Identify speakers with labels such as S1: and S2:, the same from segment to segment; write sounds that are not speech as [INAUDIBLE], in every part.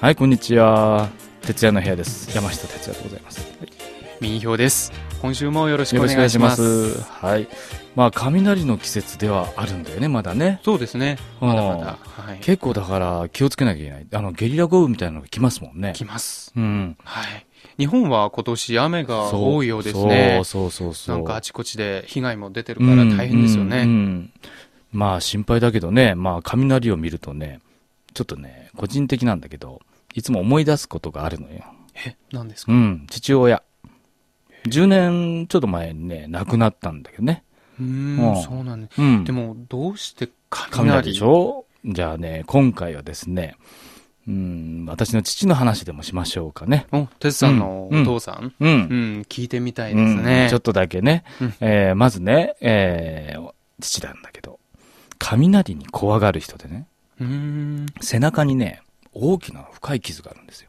S1: はいこんにちは徹夜の部屋です山下徹也でございます、はい
S2: 民票です。今週もよろしく
S1: よ
S2: お
S1: ろしくお願
S2: 願い
S1: い
S2: し
S1: し
S2: ま。
S1: ますすはいまあ雷の季節ではあるんだよねまだね
S2: そうですね。まだまだ。はい。
S1: 結構だから気をつけなきゃいけないあのゲリラ豪雨みたいなのが来ますもんね
S2: 来ます。
S1: うん
S2: はい。日本は今年雨が
S1: そう
S2: 多いようですね。
S1: そうそうそうそう
S2: なんかあちこちで被害も出てる
S1: う
S2: から
S1: ん
S2: 大変ですよ
S1: うんう
S2: ね。
S1: んまあ心配だけどね、まあ雷を見るとね、ちょっとね、個人的なんだけど、いつも思い出すことがあるのよ。
S2: え、何です
S1: う
S2: か
S1: ん、父親。10年ちょっと前にね、亡くなったんだけどね。
S2: う
S1: う
S2: ー
S1: ん
S2: ん、そうなんです。
S1: うん。
S2: でも、どうして雷
S1: 雷でしょじゃあね、今回はですね、うん、私の父の話でもしましょうかね。
S2: お、てつさんの
S1: うん
S2: お父さん
S1: う。
S2: うんん、聞いてみたいですね
S1: うん。ちょっとだけね、
S2: うん
S1: えーまずね、えー父なんだけど、雷に怖がる人でね、
S2: うーん。
S1: 背中にね、大きな深い傷があるんですよ。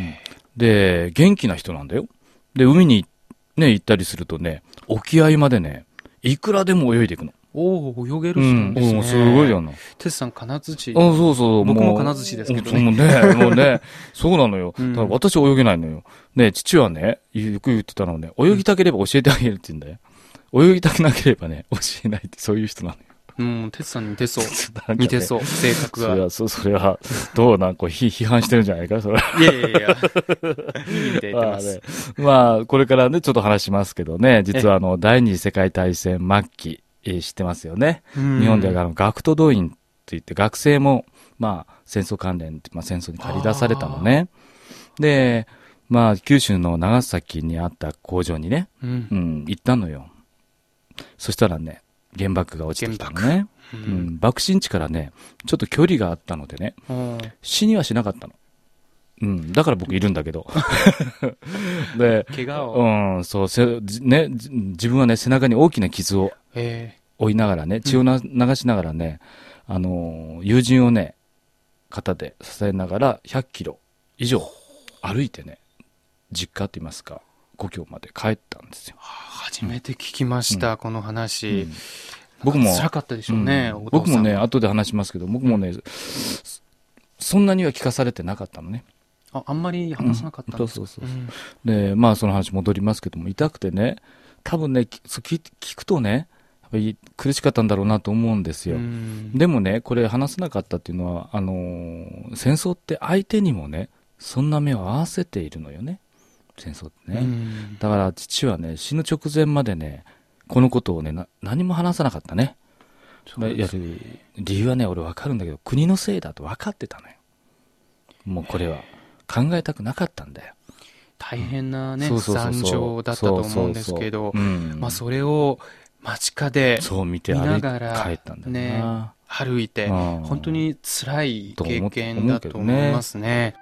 S1: うんで、元気な人なんだよ。で、海に、ね、行ったりするとね、沖合までね、いくらでも泳いでいくの。
S2: おお、泳げ
S1: う
S2: る人
S1: ん、
S2: ですね。
S1: おーすごいよな。あ、
S2: てつさん、金槌。
S1: そうそう。
S2: 僕も
S1: う
S2: 金槌ですけど
S1: うんもうね、もう
S2: [LAUGHS]
S1: ね、そうなのよ。
S2: うん
S1: だから私泳げないのよ。ね、父はね、よく言ってたのはね、泳ぎたければ教えてあげるって言うんだよ。泳ぎたくなければね、教えないって、そういう人なのよ。
S2: うん、てつさんに似てそう。
S1: [LAUGHS] なんかね
S2: 似てそう、性格
S1: そ
S2: が
S1: れ。は、そそれは、どうなんか、ひ批判してるんじゃないか、それは。
S2: いやいやいや。いい意味で言って
S1: ま
S2: ま
S1: あ
S2: す
S1: ね。、 [LAUGHS] まあ、これからね、ちょっと話しますけどね、実はあの、第二次世界大戦末期、えー知ってますよね。
S2: 日
S1: 日本ではあの、学徒動員といって、学生も、まあ、戦争関連、まあ、戦争に駆り出されたのね。で、まあ、九州の長崎にあった工場にね、
S2: うん
S1: う。ん、行ったのよ。そしたらね、原爆が落ちてきたのね。
S2: う
S1: うんん、爆心地からね、ちょっと距離があったのでね、死にはしなかったの。うん、だから僕いるんだけど。 [LAUGHS] で、
S2: 怪我を。
S1: うん、そう、せじね、じ自分はね、背中に大きな傷を
S2: え
S1: 負いながらね、血をな、流しながらね、あのー友人をね、肩で支えながら100キロ以上歩いてね、実家って言いますか、故郷まで帰ったんですよ
S2: ー。初めて聞きました、この
S1: う
S2: 話
S1: ん。僕も、
S2: 辛かったでしょうね、
S1: うん
S2: お父
S1: 僕
S2: さ
S1: も
S2: ん
S1: ね、。後で話しますけど、僕もね、そそんなには聞かされてなかったのね。
S2: ああんまり話さなかったん
S1: そう
S2: です
S1: そうそう
S2: う。ん
S1: で、まあその話戻りますけども、痛くてね、多分ね、きそう聞聞くとね、やっぱり苦しかったんだろうなと思うんですよ。
S2: うん
S1: でもね、これ話せなかったっていうのは、あのー戦争って相手にもね、そんな目を合わせているのよね。戦争ってね。
S2: うん
S1: だから父はね、死ぬ直前までね、このことをね、な何も話さなかったね。
S2: そう
S1: いや理由はね、俺わかるんだけど、国のせいだと分かってたのよ。もうこれは考えたくなかったんだよ。
S2: 大変なね、
S1: そうそうそう
S2: 惨
S1: そう
S2: 状だったと思うんですけど
S1: そう、そうそううん
S2: まあそれを街下で
S1: そう見て
S2: 見
S1: 歩
S2: ない
S1: て
S2: がら
S1: 帰ったんだよな。
S2: 歩いて、
S1: うん
S2: 本当に辛い経験だと
S1: と思うけど
S2: 思
S1: ね
S2: いますね。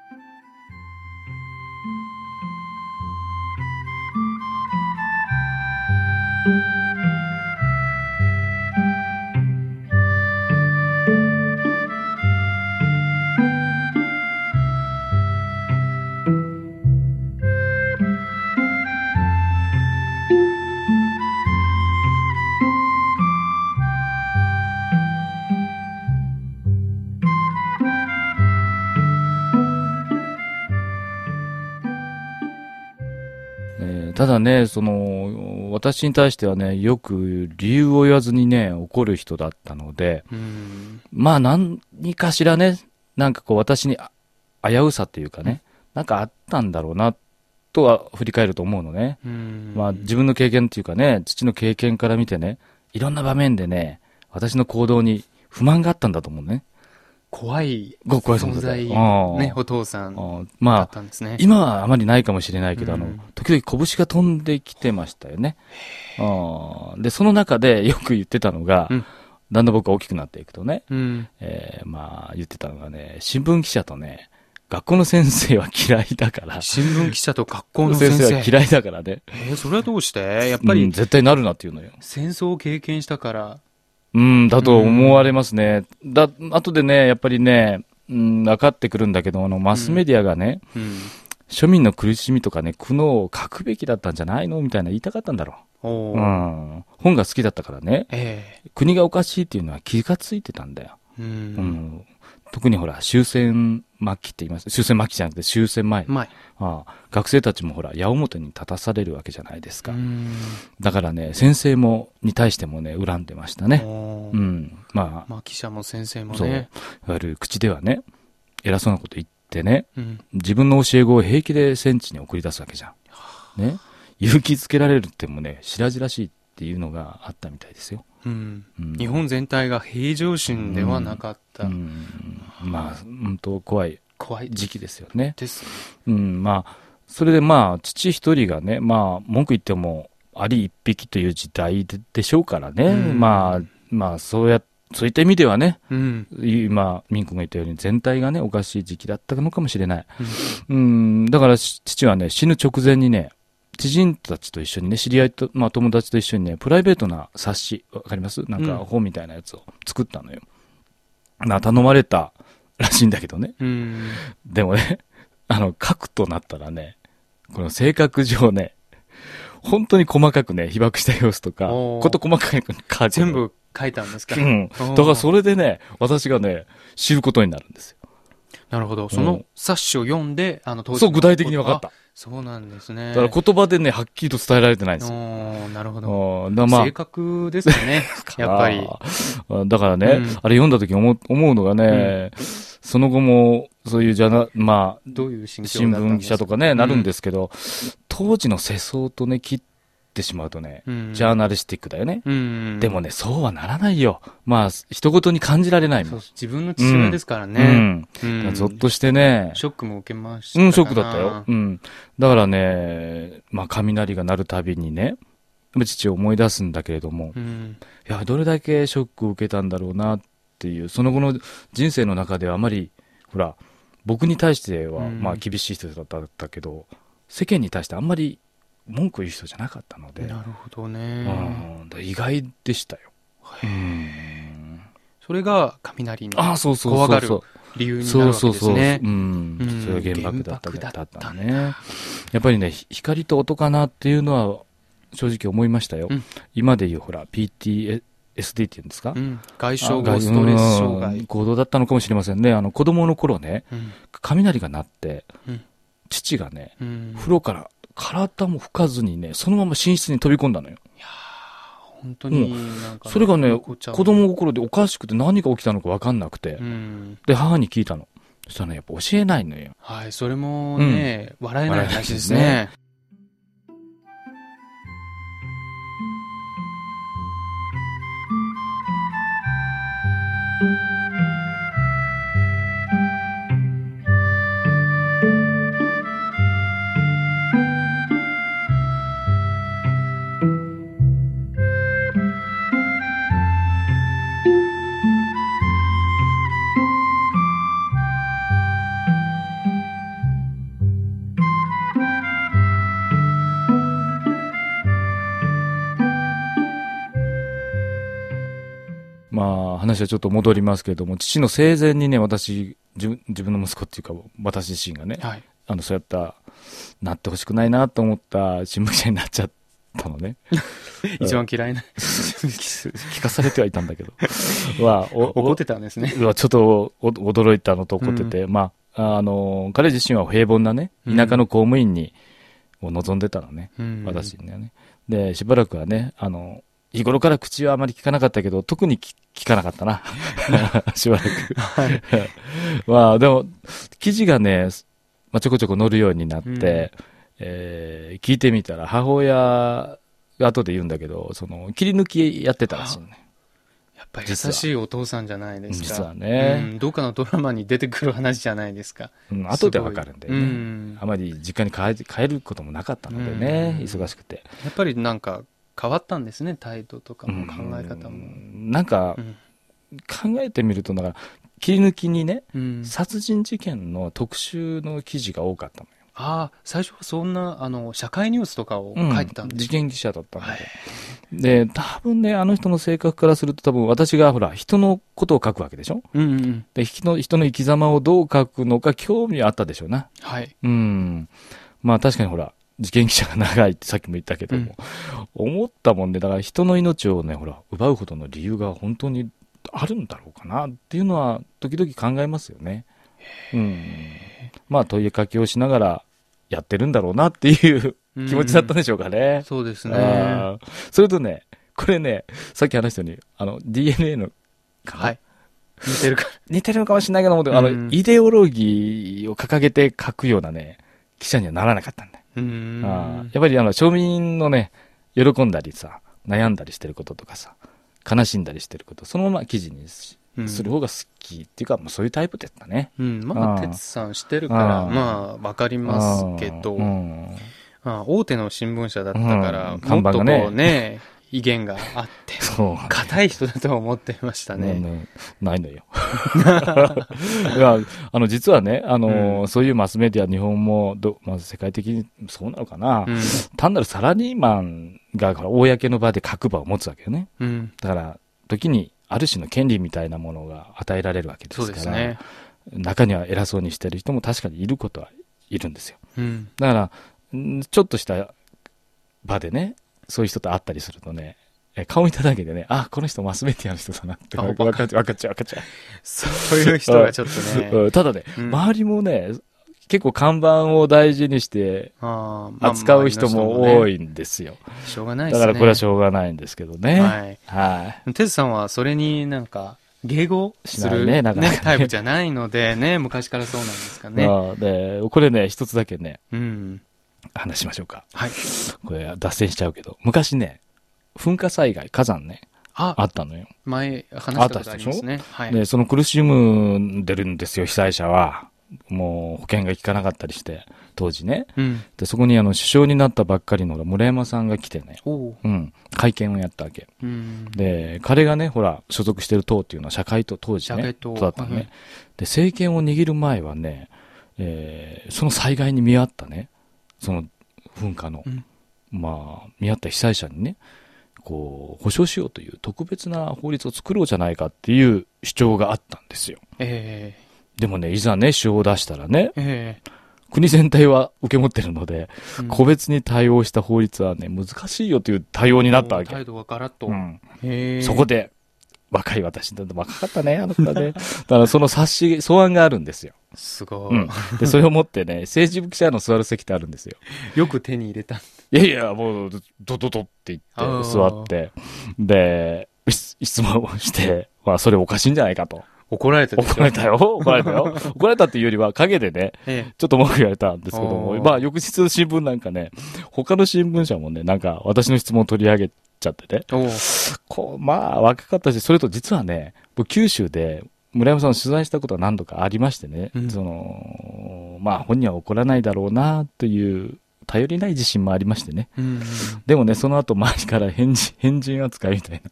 S1: えーただね、その、私に対してはね、よく理由を言わずにね、怒る人だったので、
S2: うん
S1: まあ何かしらね、なんかこう私にあ危うさっていうかね、なんかあったんだろうな、とは振り返ると思うのね。
S2: うん
S1: まあ自分の経験っていうかね、父の経験から見てね、いろんな場面でね、私の行動に不満があったんだと思うね。
S2: 怖い
S1: ごご挨拶
S2: 存在、
S1: ああ
S2: ね、お父さ
S1: あ
S2: んだ
S1: ーまあ
S2: っ、たんですね。
S1: 今はあまりないかもしれないけど、あ
S2: う
S1: の
S2: ん、
S1: 時々拳が飛んできてましたよね。あーで、その中でよ [LAUGHS] く言ってたのが、
S2: うん
S1: だんだん僕が大きくなっていくとね、
S2: うん、
S1: えーまあ、言ってたのがね、新聞記者とね、学校の先生は嫌いだから、
S2: [LAUGHS] 新聞記者と学校の先
S1: 先
S2: 生。
S1: 生は嫌いだからね、
S2: えーそれはどうしてやっぱり、
S1: うん絶対なるなっていうのよ。
S2: 戦争を経験したから、
S1: うん、だと思われますね。だ、後でね、やっぱりね、うん、分かってくるんだけど、あの、マスメディアがね、
S2: うん、
S1: 庶民の苦しみとかね、苦悩を書くべきだったんじゃないのみたいな言いたかったんだろう。
S2: お
S1: う
S2: ー
S1: ん、本が好きだったからね、
S2: え
S1: 国がおかしいっていうのは気がついてたんだよ。
S2: えう、
S1: うんん特にほら、終戦末期って言います終戦末期じゃなくて終戦前、
S2: 前。
S1: ああ学生たちもほら矢面に立たされるわけじゃないですか、
S2: うん
S1: だからね先生もに対してもね恨んでましたね
S2: お
S1: う
S2: ー
S1: んまあ
S2: まあ、記者も先生も
S1: そうい
S2: ね。
S1: わゆる口ではね偉そうなこと言ってね
S2: うん
S1: 自分の教え子を平気で戦地に送り出すわけじゃんね勇気づけられるってもね白々しいっていうのがあったみたいですよ、
S2: うん
S1: うん
S2: 日本全体が平常心ではなかっ
S1: う
S2: た。
S1: んまあ本当怖い
S2: 怖い
S1: 時期ですよね
S2: ですね。
S1: うん、まあ、それでまあ、父一人がね、まあ、文句言っても、アリ一匹という時代ででしょうからね、
S2: うん
S1: まあ、まあ、そうや、そういった意味ではね、
S2: うん。
S1: 今、ミン君が言ったように全体がね、おかしい時期だったのかもしれない。うん、だからし父はね、死ぬ直前にね、知人たちと一緒にね、知り合いと、まあ友達と一緒にね、プライベートな冊子、わかりますなんか
S2: うん
S1: 本みたいなやつを作ったのよ。な、頼まれたらしいんだけどね。
S2: うん。
S1: でもね、 [LAUGHS] あの、書くとなったらね、この性格上ね、本当に細かくね、被爆した様子とか、
S2: おー
S1: こと細かく書いてる
S2: 全。部書いたんですか
S1: うん。
S2: おー
S1: だからそれでね、私がね、知ることになるんですよ。
S2: なるほど。そうの
S1: ん
S2: 冊子を読んで、あの、当時の
S1: そう、具体的に分かっ
S2: あ
S1: た。
S2: そうなんですね。
S1: だから言葉でね、はっきりと伝えられてないんですよ。
S2: おーなるほど。
S1: うんだからまあ
S2: 性格ですかね。やっぱり。
S1: あーだからね、
S2: うん
S1: あれ読んだ時思う思うのがね、その後も、そういうじゃな、まあ、
S2: どういう心境
S1: 新
S2: だったん
S1: 聞
S2: で
S1: 記
S2: すか。
S1: 者とかね、なるんですすけど、当時の世相とね、切ってしまうとね、
S2: うん
S1: ジャーナリスティックだよね。
S2: うん。
S1: でもね、そうはならないよ。まあ、一言に感じられない
S2: そ
S1: も。
S2: うん自分の父親ですから
S1: う
S2: ね。
S1: ん。
S2: う
S1: だ
S2: ん
S1: からゾッとしてね。
S2: ショックも受けました
S1: う
S2: かな。
S1: ん、ショックだったよ。うん。だからね、まあ、雷が鳴るたびにね、父を思い出すんだけれども、
S2: うん。
S1: いや、どれだけショックを受けたんだろうなっていう、その後の人生の中ではあまり、ほら、僕に対しては、
S2: うん
S1: まあ、厳しい人だったけど、世間に対してあんまり文句言う人じゃなかったので、
S2: なるほど
S1: う
S2: ね。
S1: ん、だから意外でしたよ。うん
S2: それが雷の
S1: ああ、そうそうそうそう。
S2: 怖がる理由になるわけ
S1: そう
S2: です
S1: そうそう。
S2: ね
S1: う。ん
S2: うん。
S1: それが原爆だったね
S2: 原爆だった
S1: だったね。やっぱりね、ひ光と音かなっていうのは正直思いましたよ。
S2: うん
S1: 今でいうほら、PTSD っていうんですか、
S2: うん。外傷
S1: 障
S2: 後
S1: 害
S2: ストレス障害。
S1: 行動だったのかもしれませんね。あの、子供の頃ね、
S2: うん
S1: 雷が鳴って、
S2: うん
S1: 父がね、
S2: うん。
S1: 風呂から体も拭かずにね、そのまま寝室に飛び込んだのよ。
S2: 本当になんか、
S1: それがね
S2: 残っちゃう
S1: 子供心でおかしくて何が起きたのかわかんなくて、
S2: うん。
S1: で、母に聞いたの。そしたらね、やっぱ教えないのよ。
S2: はい、それもね、笑えない話ですね。
S1: まあ、話はちょっと戻りますけれども、父の生前にね、私、自分自分の息子っていうか、私自身がね、
S2: はい。
S1: あの、そうやった、なってほしくないなと思った新聞記者になっちゃったのね。
S2: 一番嫌
S1: [LAUGHS]
S2: いな。
S1: 聞かされてはいたんだけど。は、お
S2: 怒ってたんですね。
S1: うわちょっとお驚いたのと怒ってて、まあ、あの、彼自身は平凡なね、田舎の公務員に、を望んでたのね、
S2: うん
S1: 私。にはね。で、しばらくはね、あの、日頃から口はあまり聞かなかったけど、特にき聞かなかった
S2: [LAUGHS]
S1: な。しばらく。
S2: はい。
S1: [LAUGHS] まあ、でも、記事がね、まあ、ちょこちょこ載るようになって、
S2: うん
S1: えー聞いてみたら、母親が後で言うんだけど、その、切り抜きやってたらしいね。
S2: やっぱり優しいお父さんじゃないですか。
S1: 実はね
S2: うんどっかのドラマに出てくる話じゃないですか。
S1: うん、後でわかるんだよね。
S2: すごいうん
S1: あまり実家に帰帰ることもなかったのでね、
S2: うん
S1: 忙しくて。
S2: やっぱりなんか変わったんですね、態度とかも考え方
S1: う
S2: も。
S1: んなんか
S2: う、ん
S1: 考えてみると、だから、切り抜きにね、
S2: うん
S1: 殺人事件の特集の記事が多かったのよ。
S2: ああ、最初はそんな、あの、社会ニュースとかを書いてたん
S1: うん
S2: で
S1: 事
S2: す
S1: 件記者だったので
S2: はい。
S1: で、多分ね、あの人の性格からすると多分私がほら、人のことを書くわけでしょ
S2: うんうん。
S1: で、人の、人の生き様をどう書くのか興味あったでしょうな。
S2: はい。
S1: うん。まあ確かにほら、事件記者が長いってさっきも言ったけども、思ったもんで、だから人の命をね、ほら、奪うほどの理由が本当にあるんだろうかなっていうのは、時々考えますよね。
S2: へ
S1: うん、まあ問いかけをしながらやってるんだろうなっていう気持ちだったん
S2: ね。
S1: でしょうかね。
S2: そうですね。
S1: あーそれとね、これね、さっき話したように、あの、DNA の、
S2: はい。似てるか
S1: 似てるのかもしれないけども、でもあの、
S2: うん
S1: イデオロギーを掲げて書くようなね、記者にはならなかったんだよ。
S2: ら。
S1: あ
S2: う
S1: ー
S2: ん。
S1: やっぱりあの、庶民のね、喜んだりさ、悩んだりしてることとかさ、悲しんだりしてること、そのまま記事にし
S2: うん
S1: する方が好きっていうか、もうそういうタイプだったね。
S2: うん、ま
S1: あ
S2: あ、
S1: ー
S2: 哲さんしてるから、
S1: あー
S2: まあ、わかりますけ
S1: あー
S2: ど、
S1: うん
S2: まあ、大手の新聞社だったから、
S1: うん
S2: もっと
S1: 看板が
S2: こうね、威厳があって、
S1: そう。
S2: 硬い人だと思ってました
S1: うん
S2: ね。
S1: うんないのよ。 [LAUGHS] いや、あの、実はね、あの、
S2: う
S1: そういうマスメディア、日本もど、まあ、世界的にそうなのかな、
S2: うん。
S1: 単なるサラリーマンが、ほら公の場で角場を持つわけよね。
S2: うん。
S1: だから、時に、ある種の権利みたいなものが与えられるわけで
S2: そう
S1: す
S2: で
S1: か
S2: す
S1: ら、
S2: ね。
S1: 中には偉そうにしてる人も確かにいることはいるんですよ。
S2: うん。
S1: だから、んちょっとした場でね、そういう人と会ったりするとね、え顔見ただけでね、あ、この人マスメディアの人だなって
S2: あ
S1: 分かっちゃう、分かっちゃう、分かっちゃう。
S2: そういう人がちょっとね。
S1: [LAUGHS] うんただね、
S2: うん
S1: 周りもね、結構看板を大事にして
S2: あーまあ
S1: 扱う人も多
S2: い。
S1: いんですよ。
S2: しょうがないで
S1: だ
S2: す
S1: か
S2: ね。
S1: らこれはしょうがないんですけどね。はい。
S2: はい。テズさんはそれになんか、迎合す
S1: しな
S2: る
S1: いねなかなかね
S2: タイプじゃないのでね、昔からそうなんですかね。
S1: あで、これね、一つだけね、
S2: うん。
S1: 話しましょうか。
S2: はい。
S1: これ、脱線しちゃうけど、昔ね、噴火災害、火山ね、あ
S2: あ、
S1: ったのよ。
S2: 前話したことありますね。はい。
S1: で、その苦しむんでるんですよ、被災者は。もう保険が効かなかったりして、当時ね。
S2: うん。
S1: で、そこにあの、首相になったばっかりの村山さんが来てね、
S2: おう。
S1: うん、会見をやったわけ。
S2: うん。
S1: で、彼がね、ほら、所属してる党っていうのは社会党、当時
S2: 社
S1: ね
S2: 会、
S1: 党
S2: 党
S1: だったのね、
S2: はいはい
S1: で、政権を握る前はね、えーその災害に見合ったね、その噴火の、
S2: うん
S1: まあ、見合った被災者にね、こう、保障しようという特別な法律を作ろうじゃないかっていう主張があったんですよ。
S2: え
S1: でもね、いざね、主張を出したらね、
S2: ええ
S1: 国全体は受け持ってるので、
S2: えうん
S1: 個別に対応した法律はね、難しいよという対応になったわけ。
S2: 態度がガラッと。
S1: うん
S2: ええ
S1: そこで、若い私だと若かったね、あの子はね。 [LAUGHS] だからその冊子、草案があるんですよ。
S2: すご
S1: う
S2: い、
S1: ん。で、それを持ってね、政治部記者の座る席ってあるんですよ。
S2: よく手に入れた。
S1: いやいや、もう、ドドドって言
S2: あ
S1: っ
S2: ー
S1: て、座って、で、質質問をして、まあ、それおかしいんじゃないかと。
S2: 怒られたでしょ
S1: 怒られたよ、怒られたよ。怒られたっていうよりは、陰でね、
S2: え
S1: ちょっと文句言われたんですけども、
S2: おー
S1: まあ、翌日の新聞なんかね、他の新聞社もね、なんか、私の質問を取り上げちゃってね、
S2: え。おう
S1: こう、まあ、若かったし、それと実はね、僕、九州で、村山さんを取材したことは何度かありましてね、
S2: うん
S1: その、まあ、本人は怒らないだろうな、という、頼りない自信もありましてね。
S2: うん。
S1: でもね、その後、周りから変人、 [LAUGHS] 変人扱いみたい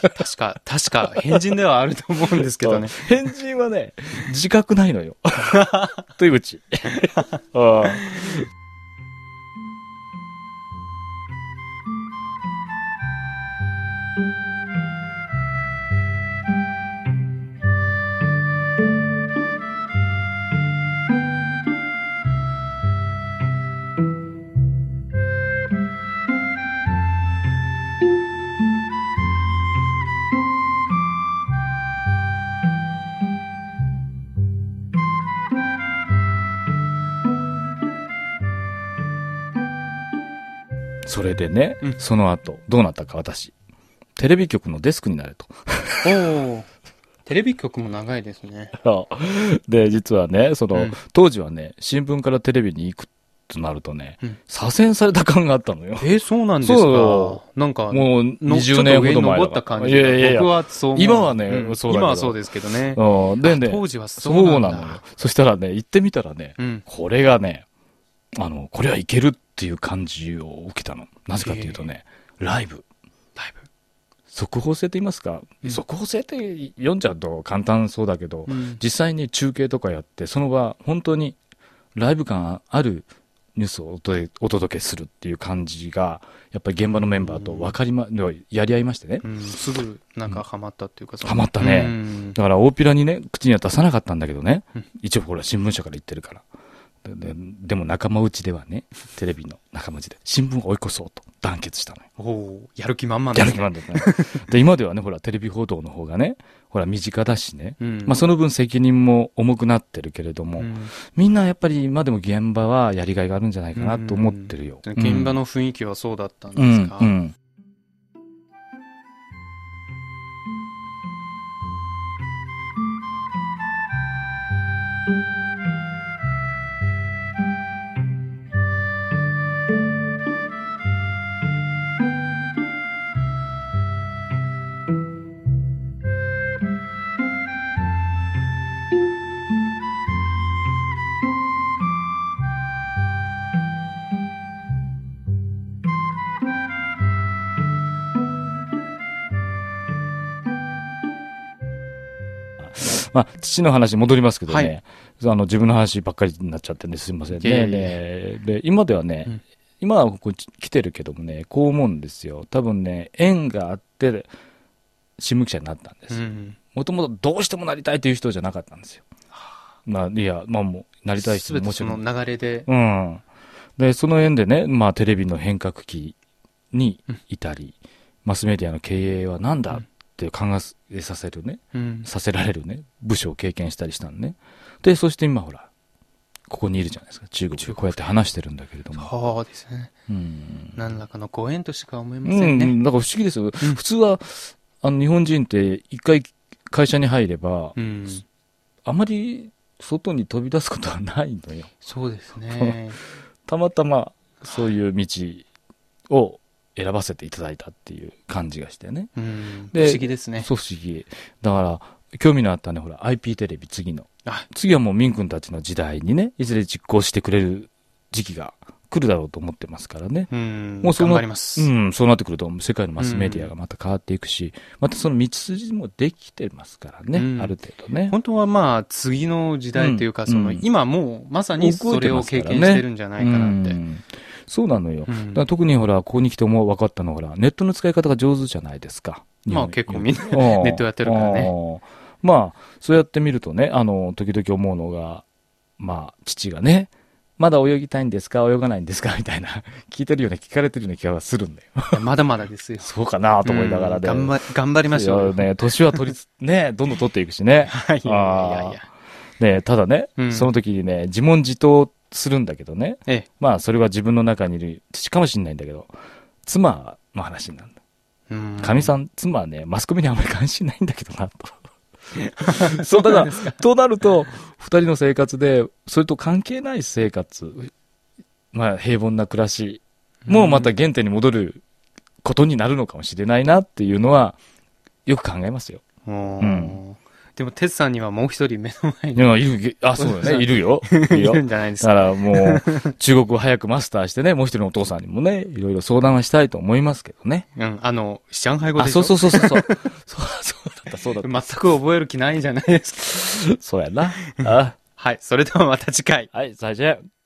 S1: な。
S2: 確か、確か、変人ではあると思うんですけどね。
S1: そう変人はね、自覚ないの
S2: [LAUGHS]
S1: よ。といううち。ああそれでね、
S2: うん
S1: その後、どうなったか私。テレビ局のデスクになれと。
S2: おお。テレビ局も長いですね。
S1: そうで、実はね、その、
S2: うん
S1: 当時はね、新聞からテレビに行くとなるとね、
S2: うん
S1: 左遷された感があったのよ。
S2: えー、そうなんです
S1: そ
S2: か。なんか、
S1: もう
S2: の
S1: 20年ほど前だ
S2: ちょっと上に登った感
S1: い
S2: じが
S1: やいやいや
S2: 僕。はそう思う。
S1: 今はね
S2: うん
S1: そうだけど
S2: 今はそうですけどね。
S1: うんでね、
S2: 当時はそ
S1: そうう
S2: な
S1: なん
S2: だ。
S1: のよ。そしたらね、行ってみたらね、
S2: うん。
S1: これがね、あの、これはいけるっていう感じを受けたの。なぜかっていうとね、ライブ。
S2: だい
S1: 速報性と言いますか、
S2: うん
S1: 速報性って読んじゃうと簡単そうだけど、
S2: ぶ。うん
S1: 実際に中継とかやって、その場、本当にライブ感あるニュースをお届けお届けするっていう感じが、やっぱり現場のメンバーと分かりま、やり合いましてね。
S2: うん。すぐ、なんかハマったっていうか、その
S1: ハマったね
S2: うん
S1: だから大っぴらにね、口には出さなかったんだけどね
S2: うん、
S1: 一応ほら新聞社から言ってるから。でででも仲間内ではね、テレビの仲間内で、新聞を追い越そうと団結したのよ。
S2: おおやる気満々で
S1: やる
S2: す
S1: 気
S2: ね
S1: 満々だねで今ではねほらテレビ報道の方がねほら身近だしね、
S2: うん
S1: まあ、その分責任も重くなってるけれども、
S2: うん
S1: みんなやっぱり今でも現場はやりがいがあるんじゃないかなと思ってるよ。
S2: 現場
S1: の
S2: の雰囲気はそうだったんで
S1: う
S2: す
S1: ん
S2: か、
S1: うんまあ、父の話に戻りますけどね、あの自分の話ばっかりになっちゃってねすいません
S2: いえい
S1: ね
S2: えい
S1: でで今ではね、
S2: うん
S1: 今はここ来てるけどもねこう思うんですよ多分ね縁があって新聞記者になったんです
S2: うん
S1: もともとどうしてもなりたいという人じゃなかったんですよ。まあ、いや、まあもう、なりたい人
S2: 全
S1: も
S2: て
S1: もち
S2: そ
S1: ろ
S2: の
S1: ん。
S2: 流れで、
S1: うん。で、その縁でね、まあテレビの変革期にいたり、マスメディアの経営は何だって考えさせるね、
S2: うん
S1: させられるね、部署を経験したりしたんね。で、そして今ほら、ここにいるじゃないですか。中国でこうやって話してるんだけれども。
S2: そうですね
S1: うん。
S2: 何らかのご縁としか思えま
S1: う
S2: せん
S1: ん、
S2: ね、
S1: なんか不思議ですよ。
S2: ん
S1: 普通は、あの、日本人って一回会社に入れば、
S2: うん
S1: あまり外に飛び出すことはないのよ。
S2: そうですね
S1: たまたまそういう道を選ばせていただいたっていう感じがしてね。
S2: うん不
S1: で
S2: 思議ですね
S1: そう不思議。だから、興味のあったね、ほら、IP テレビ、次の。
S2: あ
S1: 次はもうミン君たちの時代にね、いずれ実行してくれる時期が来るだろうと思ってますからね。
S2: うん
S1: もうその
S2: 頑張ります、
S1: うん、そうなってくると、世界のマスメディアがまた変わっていくし、またその道筋もできてますからね、
S2: うん
S1: ある程度ね。
S2: 本当はまあ次の時代というか、
S1: うん
S2: その
S1: うん
S2: 今もうまさにそれを経験してるんじゃないかなって。
S1: うんそうなのよ。
S2: うん
S1: だから特にほら、ここに来ても分かったのは、ほら、ネットの使い方が上手じゃないですか。
S2: まあ
S1: 日本
S2: 結構みんな
S1: 日本
S2: ネットやってるからね
S1: うんまあ、そうやって見るとね、あの、時々思うのが、まあ、父がね、まだ泳ぎたいんですか泳がないんですかみたいな、 [LAUGHS] 聞いてるような、聞かれてるような気がするんだよ。
S2: まだまだですよ。
S1: そうかなと思いながらで。
S2: うん頑張頑張りましょうよ。
S1: いやね、年は取りつ、ね、どんどん取っていくしね。
S2: [LAUGHS] はい、いやいやいや。
S1: ね、ただね、
S2: うん
S1: その時にね、自問自答するんだけどね、
S2: え
S1: まあ、それは自分の中にいる父かもしれないんだけど、妻の話になるんだ。
S2: え。うん
S1: かみさん、妻はね、マスコミにあまり関心ないんだけどな、 [LAUGHS] と。そう、だから、となると、二人の生活で、それと関係ない生活、まあ、平凡な暮らし、もうまた原点に戻ることになるのかもしれないなっていうのは、よく考えますよ。
S2: うん
S1: うん
S2: でも、哲さんにはもう一人目の前
S1: い
S2: に
S1: や、いる、あ、そうだね、いるよ。いる
S2: い
S1: よ
S2: る。んじゃないです
S1: だか
S2: か。
S1: らもう、中国を早くマスターしてね、もう一人のお父さんにもね、いろいろ相談はしたいと思いますけどね。
S2: うん、あの、上海語
S1: あ、
S2: でし
S1: そ
S2: ょ
S1: うそうそうそう。そう、そうだった、そうだっ
S2: 全
S1: た。
S2: く覚える気ないじゃないですか。
S1: そうやな。あ
S2: はい、それではまた次回。
S1: 哎はい、再见。